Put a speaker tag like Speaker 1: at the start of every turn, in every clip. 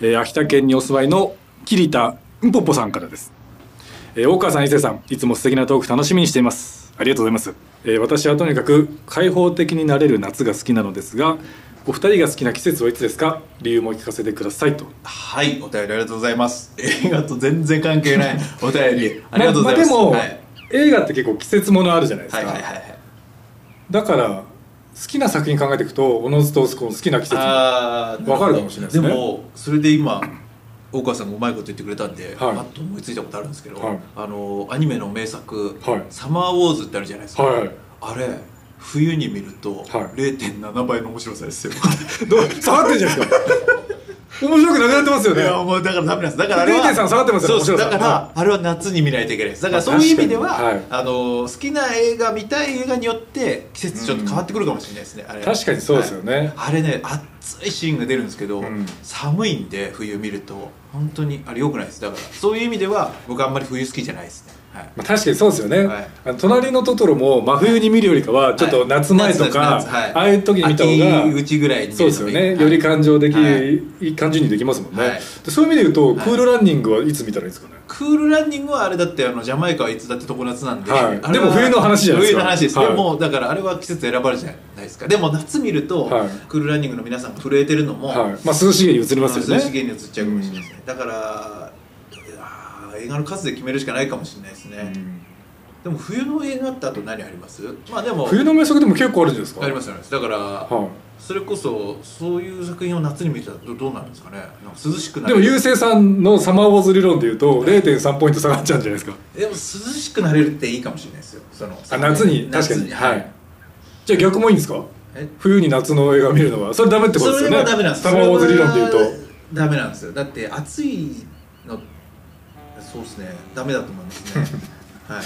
Speaker 1: えー秋田県にお住まいの桐田んぽっぽさんからです、えー大川さん伊勢さんいつも素敵なトーク楽しみにしていますありがとうございます、えー私はとにかく開放的になれる夏が好きなのですがお二人が好きな季節はいつですか理由も聞かせてくださいと
Speaker 2: はい、お便りありがとうございます。映画と全然関係ないお便り、ありがとうございます。
Speaker 1: あでも、
Speaker 2: はい、
Speaker 1: 映画って結構季節ものあるじゃないです
Speaker 2: は
Speaker 1: か、
Speaker 2: い、はい、はい。
Speaker 1: だから好きな作品考えていくとおのずとこの好きな季節も
Speaker 2: あー
Speaker 1: わかるかもしれないですね
Speaker 2: でも、それで今、大川さんがうまいこと言ってくれたんで、
Speaker 1: はい
Speaker 2: パッと思いついたことあるんですけど、
Speaker 1: はい
Speaker 2: あの、アニメの名作、
Speaker 1: はい
Speaker 2: サマーウォーズってあるじゃないですか。
Speaker 1: はい
Speaker 2: あれ、冬に見ると、
Speaker 1: はい
Speaker 2: 0.7倍の面白さですよ。
Speaker 1: どう下がってるじゃないですか面白くなくなってますよ
Speaker 2: い
Speaker 1: ね
Speaker 2: やもうだからダメなんですだからあれは
Speaker 1: 0.3下がってますよ
Speaker 2: そうそう
Speaker 1: 面白
Speaker 2: だ
Speaker 1: さ
Speaker 2: からあれは夏に見ないといけないですだからそういう意味では、
Speaker 1: 確かにはい
Speaker 2: あの好きな映画見たい映画によって季節ちょっと変わってくるかもしれないですね、あれ
Speaker 1: 確かにそうですよね
Speaker 2: はいあれね暑いシーンが出るんですけど、
Speaker 1: ん
Speaker 2: 寒いんで冬見ると本当にあれ良くないですだからそういう意味では僕あんまり冬好きじゃないですね、はい
Speaker 1: まあ、確かにそうですよね、
Speaker 2: はい
Speaker 1: あの隣のトトロも真冬に見るよりかはちょっと夏前とか、
Speaker 2: 夏夏夏はい
Speaker 1: ああいう時に見た方が
Speaker 2: 秋口ぐらいに見る
Speaker 1: そうですよね、
Speaker 2: はい
Speaker 1: より感情的、
Speaker 2: はい
Speaker 1: いい感じにできますもんね、
Speaker 2: はい
Speaker 1: でそういう意味で言うと、
Speaker 2: はい
Speaker 1: クールランニングはいつ見たらいいんですかね
Speaker 2: クールランニングはあれだってあのジャマイカはいつだって常夏なんで、
Speaker 1: はい
Speaker 2: あれは
Speaker 1: でも冬の話じゃないですか
Speaker 2: 冬の話です、
Speaker 1: はい
Speaker 2: でもだからあれは季節選ばれるじゃないですかでも夏見ると、
Speaker 1: はい
Speaker 2: クールランニングの皆さんが震えてるのも、
Speaker 1: はい、まあ、涼しげに映りますよ
Speaker 2: 涼し
Speaker 1: ね
Speaker 2: げに映っちゃうかもしれないですね、だからいやー映画の数で決めるしかないかもしれないですね、
Speaker 1: うん
Speaker 2: でも冬の映画ってあと何ありますまあでも
Speaker 1: 冬の名作でも結構あるんじゃないですか
Speaker 2: ありますありますだから、
Speaker 1: は
Speaker 2: それこそそういう作品を夏に見たらどどうなるんですかねなんか涼しく
Speaker 1: い、
Speaker 2: な
Speaker 1: で
Speaker 2: る
Speaker 1: も優生さんのサマーウォーズ理論で言うと0.3ポイント下がっちゃうんじゃないですか
Speaker 2: でも涼しくなれるっていいかもしれないですよその
Speaker 1: あ夏に確
Speaker 2: 夏
Speaker 1: かにはいじゃあ逆もいいんですか
Speaker 2: え
Speaker 1: 冬に夏の映画見るのはそれダメってことですよね
Speaker 2: それはダメなんです
Speaker 1: サマーウォーズ理論で言う
Speaker 2: それは
Speaker 1: と
Speaker 2: ダメなんですよだって暑いのそうですねダメだと思 いますねはい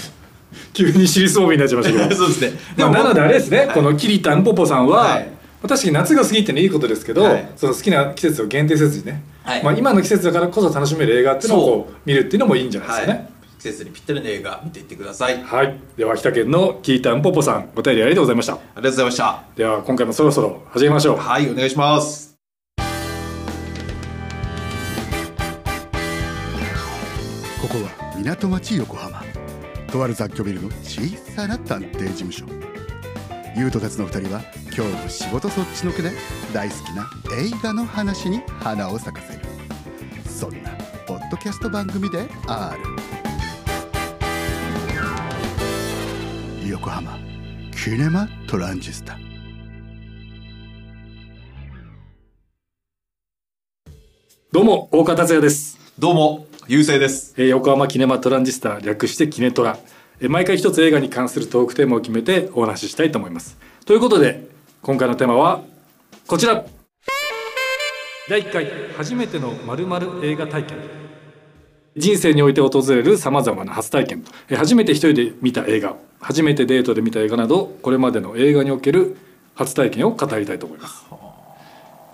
Speaker 1: 急に尻装備になっちゃいましたけど
Speaker 2: そうですね
Speaker 1: でもなのであれですね、
Speaker 2: はい
Speaker 1: このキリタンポポさんは、
Speaker 2: はい
Speaker 1: 確かに夏が過ぎってのはいいことですけど、
Speaker 2: はい
Speaker 1: その好きな季節を限定せずにね、
Speaker 2: はい
Speaker 1: まあ、今の季節だからこそ楽しめる映画っていうのをこう見るっていうのもいいんじゃないです
Speaker 2: は
Speaker 1: か
Speaker 2: い、
Speaker 1: ね。
Speaker 2: 季節にぴったりの映画見ていってくださいありが
Speaker 1: はい、では秋田県のキリタンポポさんお便りありがとうございました。
Speaker 2: とうございました
Speaker 1: では今回もそろそろ始めましょう。
Speaker 2: はいお願いします
Speaker 3: ここは港町横浜とある雑居ビルの小さな探偵事務所優斗たちの2人は今日も仕事そっちのけで大好きな映画の話に花を咲かせるそんなポッドキャスト番組である横浜キネマトランジスタ
Speaker 1: どうも大川達也です。
Speaker 2: どうも優勢です
Speaker 1: えー横浜キネマトランジスタ略してキネトラ、えー毎回一つ映画に関するトークテーマを決めてお話ししたいと思いますということで今回のテーマはこちら第1回初めての〇〇映画体験人生において訪れるさまざまな初体験えー初めて一人で見た映画初めてデートで見た映画などこれまでの映画における初体験を語りたいと思います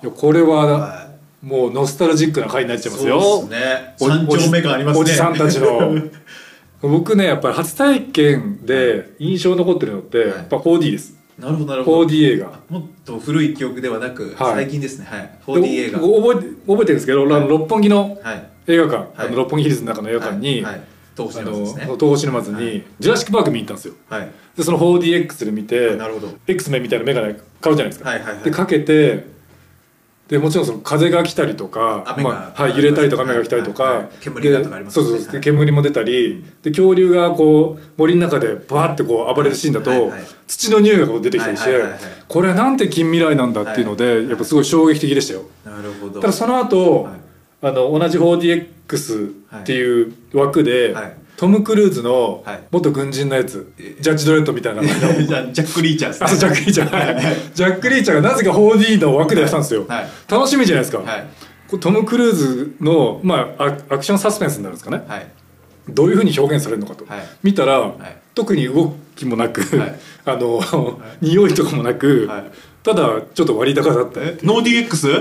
Speaker 1: いやこれは
Speaker 2: は
Speaker 1: もうノスタルジックな回になっちゃいますよ
Speaker 2: そうですね
Speaker 1: お
Speaker 2: 三丁目感ありますね
Speaker 1: おじおじさんたちの 僕ねやっぱり初体験で印象に残ってるのって、
Speaker 2: い
Speaker 1: やっぱ 4D です
Speaker 2: なるほどなるほど
Speaker 1: 4D 映画
Speaker 2: もっと古い記憶ではなく、
Speaker 1: はい
Speaker 2: 最近ですねはい 4D 映画
Speaker 1: でお覚え覚えてるんですけど、あの六本木の
Speaker 2: はい
Speaker 1: 映画館、
Speaker 2: はい
Speaker 1: あの六本木ヒルズの中の映画館に、
Speaker 2: はいはい、
Speaker 1: あ
Speaker 2: 東宝シネマ
Speaker 1: の
Speaker 2: ズですね
Speaker 1: 東宝シネマズに、
Speaker 2: はい
Speaker 1: ジュラシック・パーク見に行ったんですよ
Speaker 2: はい
Speaker 1: でその 4DX で見て、
Speaker 2: なるほど
Speaker 1: X メンみたいな眼鏡買うじゃないですか、
Speaker 2: はいはいはい
Speaker 1: でかけてでもちろんその風が来たりとか
Speaker 2: 雨が
Speaker 1: まあはい、揺れたりとか雨が来たりとか、
Speaker 2: はいはいはい煙がとかあります
Speaker 1: で
Speaker 2: ね
Speaker 1: そうそう
Speaker 2: は
Speaker 1: で
Speaker 2: い
Speaker 1: 煙も出たりで恐竜がこう森の中でバーってこう暴れるシーンだと、
Speaker 2: はいはい
Speaker 1: 土の匂いがこう出てきたりして、
Speaker 2: はいはいはいはい
Speaker 1: これはなんて近未来なんだっていうので、やっぱすごい衝撃的でしたよ。
Speaker 2: なるほど
Speaker 1: ただその後、
Speaker 2: はい
Speaker 1: あの同じ 4DX っていう枠で、
Speaker 2: はい
Speaker 1: トム・クルーズの
Speaker 2: はい
Speaker 1: 元軍人のやつ、
Speaker 2: え
Speaker 1: ジャッジ・ドレッドみたいな名前の
Speaker 2: じゃあジャック・リーチャーですね
Speaker 1: あそうジャック・リーチャーはいジャック・リーチャーがなぜか 4D の枠でやってたんですよ、
Speaker 2: はい
Speaker 1: 楽しみじゃないですか、
Speaker 2: はい
Speaker 1: これトム・クルーズの、まあ、アアクションサスペンスになるんですかね、
Speaker 2: はい
Speaker 1: どういうふうに表現されるのかと、
Speaker 2: はい
Speaker 1: 見たら、
Speaker 2: い
Speaker 1: 特に動きもなく、
Speaker 2: はい
Speaker 1: あの匂いとかもなく、
Speaker 2: はい
Speaker 1: ただちょっと割高だったノー
Speaker 2: ノー DX?
Speaker 1: ディ X で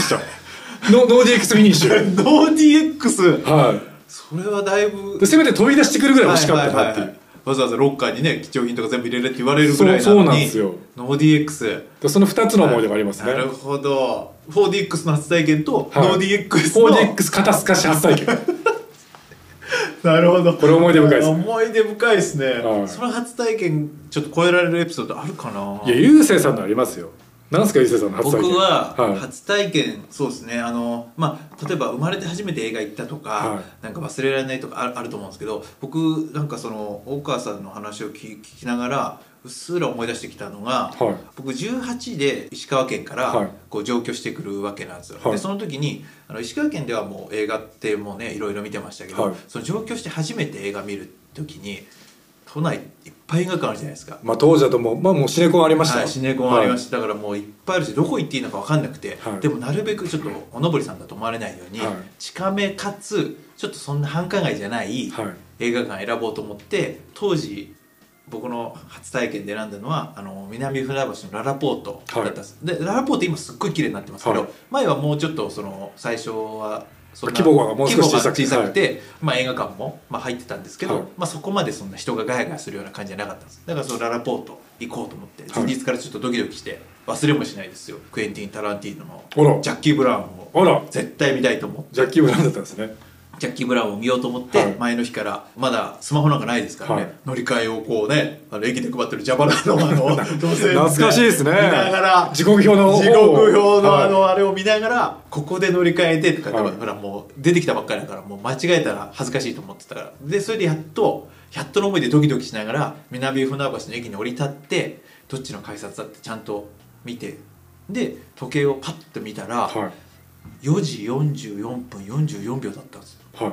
Speaker 1: した ノノーディ X フィニッシュ
Speaker 2: ノー DX?
Speaker 1: はい
Speaker 2: それはだいぶ
Speaker 1: でせめて飛び出してくるぐらい欲しかったなっていう、
Speaker 2: はいはいはいわざわざロッカーにね貴重品とか全部入れるって言われるぐらいな
Speaker 1: そうそう
Speaker 2: の
Speaker 1: なん
Speaker 2: に
Speaker 1: ですよ
Speaker 2: ノー DX
Speaker 1: でその2つの思い出がありますね、
Speaker 2: なるほど 4DX の初体験と、
Speaker 1: はい
Speaker 2: ノー DX の
Speaker 1: 4DX 肩透かし初体験
Speaker 2: なるほど
Speaker 1: これ思い出深いです
Speaker 2: 思い出深いですね、
Speaker 1: はい
Speaker 2: その初体験ちょっと超えられるエピソードあるかな
Speaker 1: や
Speaker 2: い
Speaker 1: ゆうせいさんのありますよなんすかゆうせいさんの初体験
Speaker 2: 僕はい初体験、そうですねあの、まあ、例えば生まれて初めて映画行ったとか、
Speaker 1: はい
Speaker 2: なんか忘れられないとかあるあると思うんですけど僕なんかその大川さんの話を聞聞きながらうっすら思い出してきたのが、
Speaker 1: はい
Speaker 2: 僕18で石川県から、
Speaker 1: はい
Speaker 2: こう上京してくるわけなんですよ、
Speaker 1: はい
Speaker 2: でその時にあの石川県ではもう映画ってもうねいろいろ見てましたけど、
Speaker 1: はい
Speaker 2: その上京して初めて映画見る時に都内いっぱい映画館あるじゃないですか
Speaker 1: まあ当時だともう,、まあ、もうシネコンありましたよ、
Speaker 2: はい、シネコンありま
Speaker 1: し
Speaker 2: した、だからもういっぱいあるしどこ行っていいのか分かんなくて、
Speaker 1: はい
Speaker 2: でもなるべくちょっとおのぼりさんだと思われないように、
Speaker 1: はい
Speaker 2: 近めかつちょっとそんな繁華街じゃない
Speaker 1: はい
Speaker 2: 映画館選ぼうと思って当時僕の初体験で選んだのはあの南船橋のララポートだったんです、でララポート今すっごい綺麗になってますけど、
Speaker 1: はい
Speaker 2: 前はもうちょっとその最初はそんな
Speaker 1: 規模がもう少し小さくて
Speaker 2: 規模が小さくて、まあ、映画館も、まあ、入ってたんですけど、
Speaker 1: はい
Speaker 2: まあ、そこまでそんな人がガヤガヤするような感じじゃなかったんですだからそのララポート行こうと思って
Speaker 1: は
Speaker 2: 前
Speaker 1: い
Speaker 2: 日からちょっとドキドキして忘れもしないですよクエンティン・タランティーノ
Speaker 1: あら
Speaker 2: のジャッキー・ブラウン
Speaker 1: あ
Speaker 2: を
Speaker 1: ら
Speaker 2: 絶対見たいと思って
Speaker 1: ジャッキー・ブラウンだったんですね
Speaker 2: ジャッキー・ブラウンを見ようと思っ
Speaker 1: は
Speaker 2: て
Speaker 1: い
Speaker 2: 前の日からまだスマホなんかないですからね、
Speaker 1: はい
Speaker 2: 乗り換えをこうねあの駅で配ってるジャバラのあの動線図
Speaker 1: 懐かしいですね
Speaker 2: 見ながら
Speaker 1: 時刻表の方を
Speaker 2: 時刻表の
Speaker 1: はい
Speaker 2: あのあれを見ながら、ここで乗り換えてとか、
Speaker 1: はい
Speaker 2: ほらもう出てきたばっかりだからもう間違えたら恥ずかしいと思ってたからでそれでやっとやっとの思いでドキドキしながら南船橋の駅に降り立ってどっちの改札だってちゃんと見てで時計をパッと見たら、
Speaker 1: は
Speaker 2: 4時44分44秒だったんですよ
Speaker 1: いはい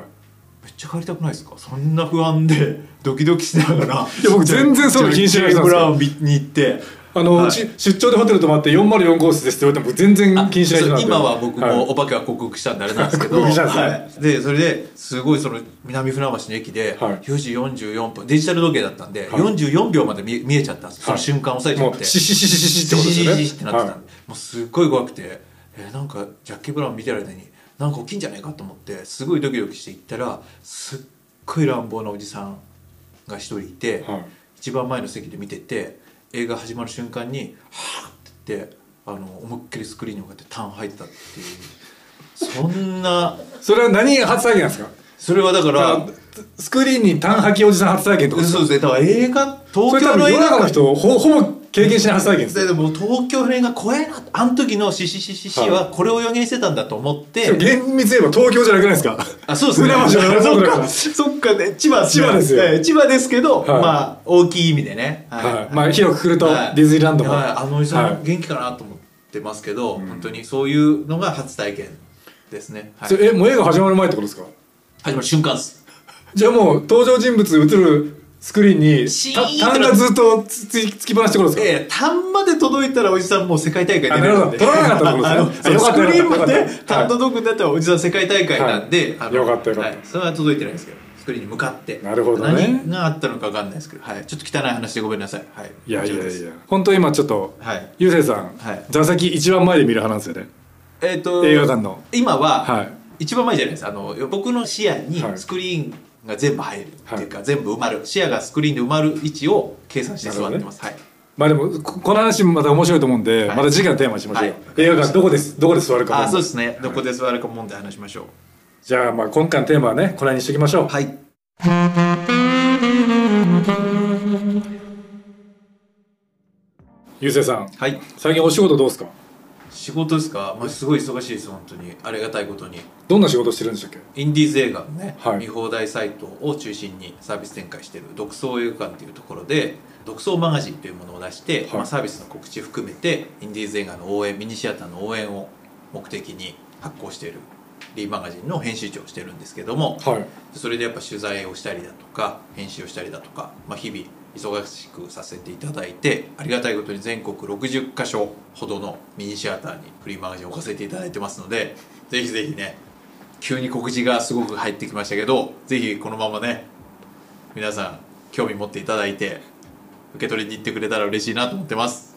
Speaker 2: めっちゃ帰りたくないですかそんな不安でドキドキしながら
Speaker 1: いや僕全然そういうの気にしない
Speaker 2: ジ
Speaker 1: 人
Speaker 2: ャ
Speaker 1: な
Speaker 2: ッ
Speaker 1: ん
Speaker 2: キ
Speaker 1: で
Speaker 2: ー
Speaker 1: すよ
Speaker 2: ブラウンに行って
Speaker 1: あの、
Speaker 2: はい
Speaker 1: し出張でホテル泊まって404コースですって言われても全然気にしない人なんで
Speaker 2: 今は僕も
Speaker 1: は
Speaker 2: お化けは克服したんであれなんですけど
Speaker 1: 克服したんですね
Speaker 2: はい、でそれですごいその南船橋の駅で
Speaker 1: はい
Speaker 2: 4時44分デジタル時計だったんで
Speaker 1: はい
Speaker 2: 44秒まで見見えちゃったんですその瞬間押
Speaker 1: い
Speaker 2: さえち
Speaker 1: も
Speaker 2: ゃっ
Speaker 1: う
Speaker 2: て
Speaker 1: シシシシシシってことです
Speaker 2: シ
Speaker 1: よ
Speaker 2: シ
Speaker 1: ね
Speaker 2: シシってなってたんで、もうすっごい怖くて、えーなんかジャッキー・ブラウン見てる間になんか起きんじゃないかと思ってすごいドキドキして行ったらすっごい乱暴なおじさんが一人いて、
Speaker 1: はい
Speaker 2: 一番前の席で見てて映画始まる瞬間に「はぁって言ってあの思いっきりスクリーンに向かってターン入ってたっていうそんな
Speaker 1: それは何が初体験なんですか
Speaker 2: それはだから
Speaker 1: あ。スクリーンに単吐きおじさん初体験とか
Speaker 2: そうですねだから映画
Speaker 1: そ
Speaker 2: 東
Speaker 1: れ多
Speaker 2: 京の
Speaker 1: 分
Speaker 2: 映
Speaker 1: 世の
Speaker 2: 画
Speaker 1: 中の
Speaker 2: 館
Speaker 1: 人ほほぼ経験しない初体験です
Speaker 2: で
Speaker 1: よ
Speaker 2: でも東京の映画怖えなあの時のシシシシシ
Speaker 1: は
Speaker 2: はこれを予言してたんだと思って、
Speaker 1: 厳密に言えば東京じゃなくないですか
Speaker 2: あそうですね
Speaker 1: 船橋は
Speaker 2: そ
Speaker 1: そ
Speaker 2: っ
Speaker 1: うか
Speaker 2: かそっかね千葉
Speaker 1: 千葉ですよ
Speaker 2: ええ千葉ですけど、
Speaker 1: はい
Speaker 2: まあ大きい意味でね、
Speaker 1: はい、まあ広くくるとデ
Speaker 2: はい
Speaker 1: ィズニーランドも、
Speaker 2: はいあのおじさ
Speaker 1: はい
Speaker 2: ん元気かなと思ってますけど、本当にそういうのが初体験ですね、はい、
Speaker 1: そ
Speaker 2: 始
Speaker 1: れえもう映画始まる前ってことですか
Speaker 2: まる瞬間です
Speaker 1: じゃあもう登場人物映るスクリーン
Speaker 2: シ
Speaker 1: に
Speaker 2: ーンって
Speaker 1: た単がずっとつつつきっぱなしってことですか、
Speaker 2: ええ、単まで届いたらおじさんもう世界大会出
Speaker 1: あ
Speaker 2: れるんで
Speaker 1: なるほど届かなかったっ
Speaker 2: あ
Speaker 1: て
Speaker 2: の
Speaker 1: ことですねあよ
Speaker 2: そ
Speaker 1: かっ
Speaker 2: うス
Speaker 1: た
Speaker 2: クリーンま
Speaker 1: よ
Speaker 2: で
Speaker 1: かった
Speaker 2: 単独になったらおじさん世界大会なんで、
Speaker 1: はい
Speaker 2: あの
Speaker 1: よかったよかった
Speaker 2: はい、それは届いてないですけどスクリーンに向かって
Speaker 1: なるほどね
Speaker 2: 何があったのか分かんないですけど、はい、ちょっと汚い話でごめんなさい、はい、
Speaker 1: いやい
Speaker 2: 以上
Speaker 1: や
Speaker 2: で
Speaker 1: い
Speaker 2: す
Speaker 1: や本当今ちょっと、
Speaker 2: はい
Speaker 1: ゆうせいさん、
Speaker 2: はい
Speaker 1: 座席一番前で見る派なんですよね
Speaker 2: えっと
Speaker 1: 映画館の
Speaker 2: 今は、
Speaker 1: はい
Speaker 2: 一番前じゃないですあの僕の視野に
Speaker 1: はい
Speaker 2: スクリーンが全部入るっていうか、全部埋まる視野がスクリーンで埋まる位置を計算して座ってます、はい
Speaker 1: まあでもここの話もまた面白いと思うんで、
Speaker 2: はい
Speaker 1: また次回のテーマにしましょう、
Speaker 2: はい
Speaker 1: 映画館どこですどこで座るか
Speaker 2: あ
Speaker 1: も
Speaker 2: そうですね、どこで座るか問題話しましょ
Speaker 1: じゃあまあ今回のテーマはねこれにしときましょう
Speaker 2: うはい
Speaker 1: ゆうせいさん
Speaker 2: はい
Speaker 1: 最近お仕事どうですか
Speaker 2: 仕事ですか、まあ、すごい忙しいです本当にありがたいことに
Speaker 1: どんな仕事してるんでしたっけ
Speaker 2: インディーズ映画のね、
Speaker 1: はい
Speaker 2: 見放題サイトを中心にサービス展開している独創映画館というところで独創マガジンというものを出して、
Speaker 1: い
Speaker 2: まあ、サービスの告知含めてインディーズ映画の応援ミニシアターの応援を目的に発行しているリーマガジンの編集長をしてるんですけども、
Speaker 1: はい
Speaker 2: それでやっぱ取材をしたりだとか編集をしたりだとか、まあ、日々忙しくさせていただいてありがたいことに全国60カ所ほどのミニシアターにフリーマガジンを置かせていただいてますのでぜひぜひね急に告知がすごく入ってきましたけどぜひこのままね皆さん興味持っていただいて受け取りに行ってくれたら嬉しいなと思ってます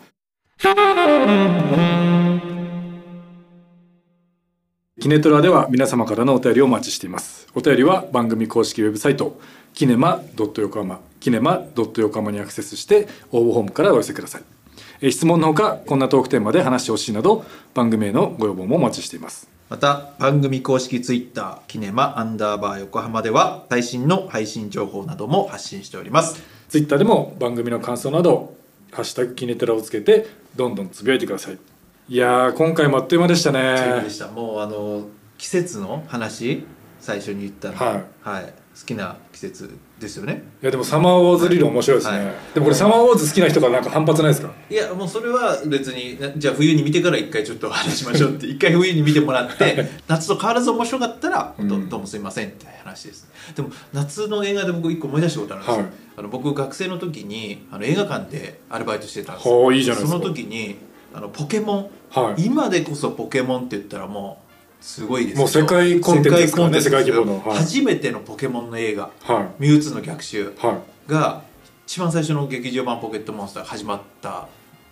Speaker 1: キネトラでは皆様からのお便りをお待ちしています。お便りは番組公式ウェブサイト、キネマ .yokohama、キネマ .yokama にアクセスして応募フォームからお寄せくださいえー質問のほかこんなトークテーマで話してほしいなど番組へのご要望もお待ちしています
Speaker 2: また番組公式ツイッターキネマアンダーバー横浜では最新の配信情報なども発信しております
Speaker 1: ツイッターでも番組の感想など「ハッシュタグキネテラ」をつけてどんどんつぶやいてくださいいやー今回もあっという間でした
Speaker 2: チェック
Speaker 1: ね
Speaker 2: でしたもうあの季節の話最初に言ったの
Speaker 1: はい
Speaker 2: はい、好きな季節ですよね
Speaker 1: いやでもサマーウォーズ理論面白いですね、
Speaker 2: はい
Speaker 1: でもこれサマーウォーズ好きな人からなんか反発ないですか
Speaker 2: いやもうそれは別になじゃあ冬に見てから一回ちょっと話しましょうっ て一回冬に見てもらって夏と変わらず面白かったらど
Speaker 1: うん
Speaker 2: どうもすいませんって話です、でも夏の映画で僕一個思い出したことあるんですよ、
Speaker 1: はい
Speaker 2: あの僕学生の時にあの映画館でアルバイトしてたんです
Speaker 1: ほういいじゃないですか
Speaker 2: その時にあのポケモン、
Speaker 1: はい
Speaker 2: 今でこそポケモンって言ったらもうすごいですよ
Speaker 1: もう世界コンテンツですからね
Speaker 2: 世界コンテン
Speaker 1: 世界規模
Speaker 2: ツですよ
Speaker 1: のはい
Speaker 2: 初めてのポケモンの映画
Speaker 1: は
Speaker 2: ミュウツーの逆襲
Speaker 1: いは
Speaker 2: が一番最初の劇場版「ポケットモンスター」が始まった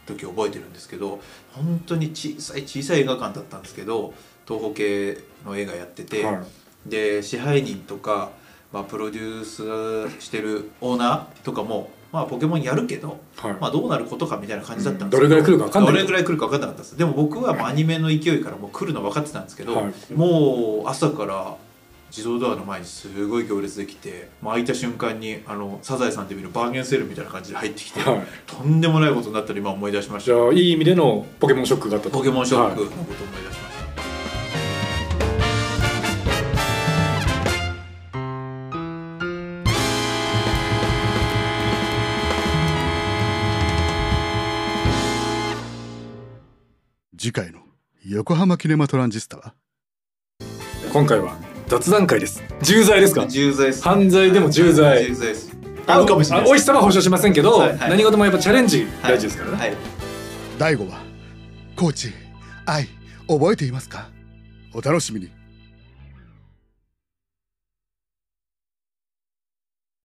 Speaker 2: 時を覚えてるんですけど本当に小さい小さい映画館だったんですけど東宝系の映画やって
Speaker 1: い
Speaker 2: て、
Speaker 1: は
Speaker 2: で支配人とか、まあ、プロデュースしてるオーナーとかも、まあ、ポケモンやるけど、
Speaker 1: はい
Speaker 2: まあ、どうなることかみたいな感じだったんで
Speaker 1: ど
Speaker 2: す
Speaker 1: れぐらい来るか分かんない
Speaker 2: どれぐらい来るか分かんなかったですでも僕はもうアニメの勢いからもう来るの分かってたんですけど、
Speaker 1: はい
Speaker 2: もう朝から自動ドアの前にすごい行列できて、まあ、開いた瞬間にあのサザエさんで見るバーゲンセールみたいな感じで入ってきて、
Speaker 1: はい
Speaker 2: とんでもないことになったら今思い出しまし
Speaker 1: じ
Speaker 2: た
Speaker 1: ゃあいい意味でのポケモンショックがあったと
Speaker 2: ポケモンショック
Speaker 1: は
Speaker 2: のことを思い出しました、
Speaker 3: 次回の横浜キネマトランジスタはい
Speaker 1: 今回は雑談会です重罪ですか
Speaker 2: 重罪です
Speaker 1: 犯罪でも重罪
Speaker 2: 重罪です合うかもしれない
Speaker 1: あ美味しさは保証しませんけど、
Speaker 2: はいはい
Speaker 1: 何事もやっぱチャレンジ
Speaker 2: はい
Speaker 1: 大事ですからね、
Speaker 2: はい
Speaker 3: 第5話「コーチ愛覚えていますか?」お楽しみに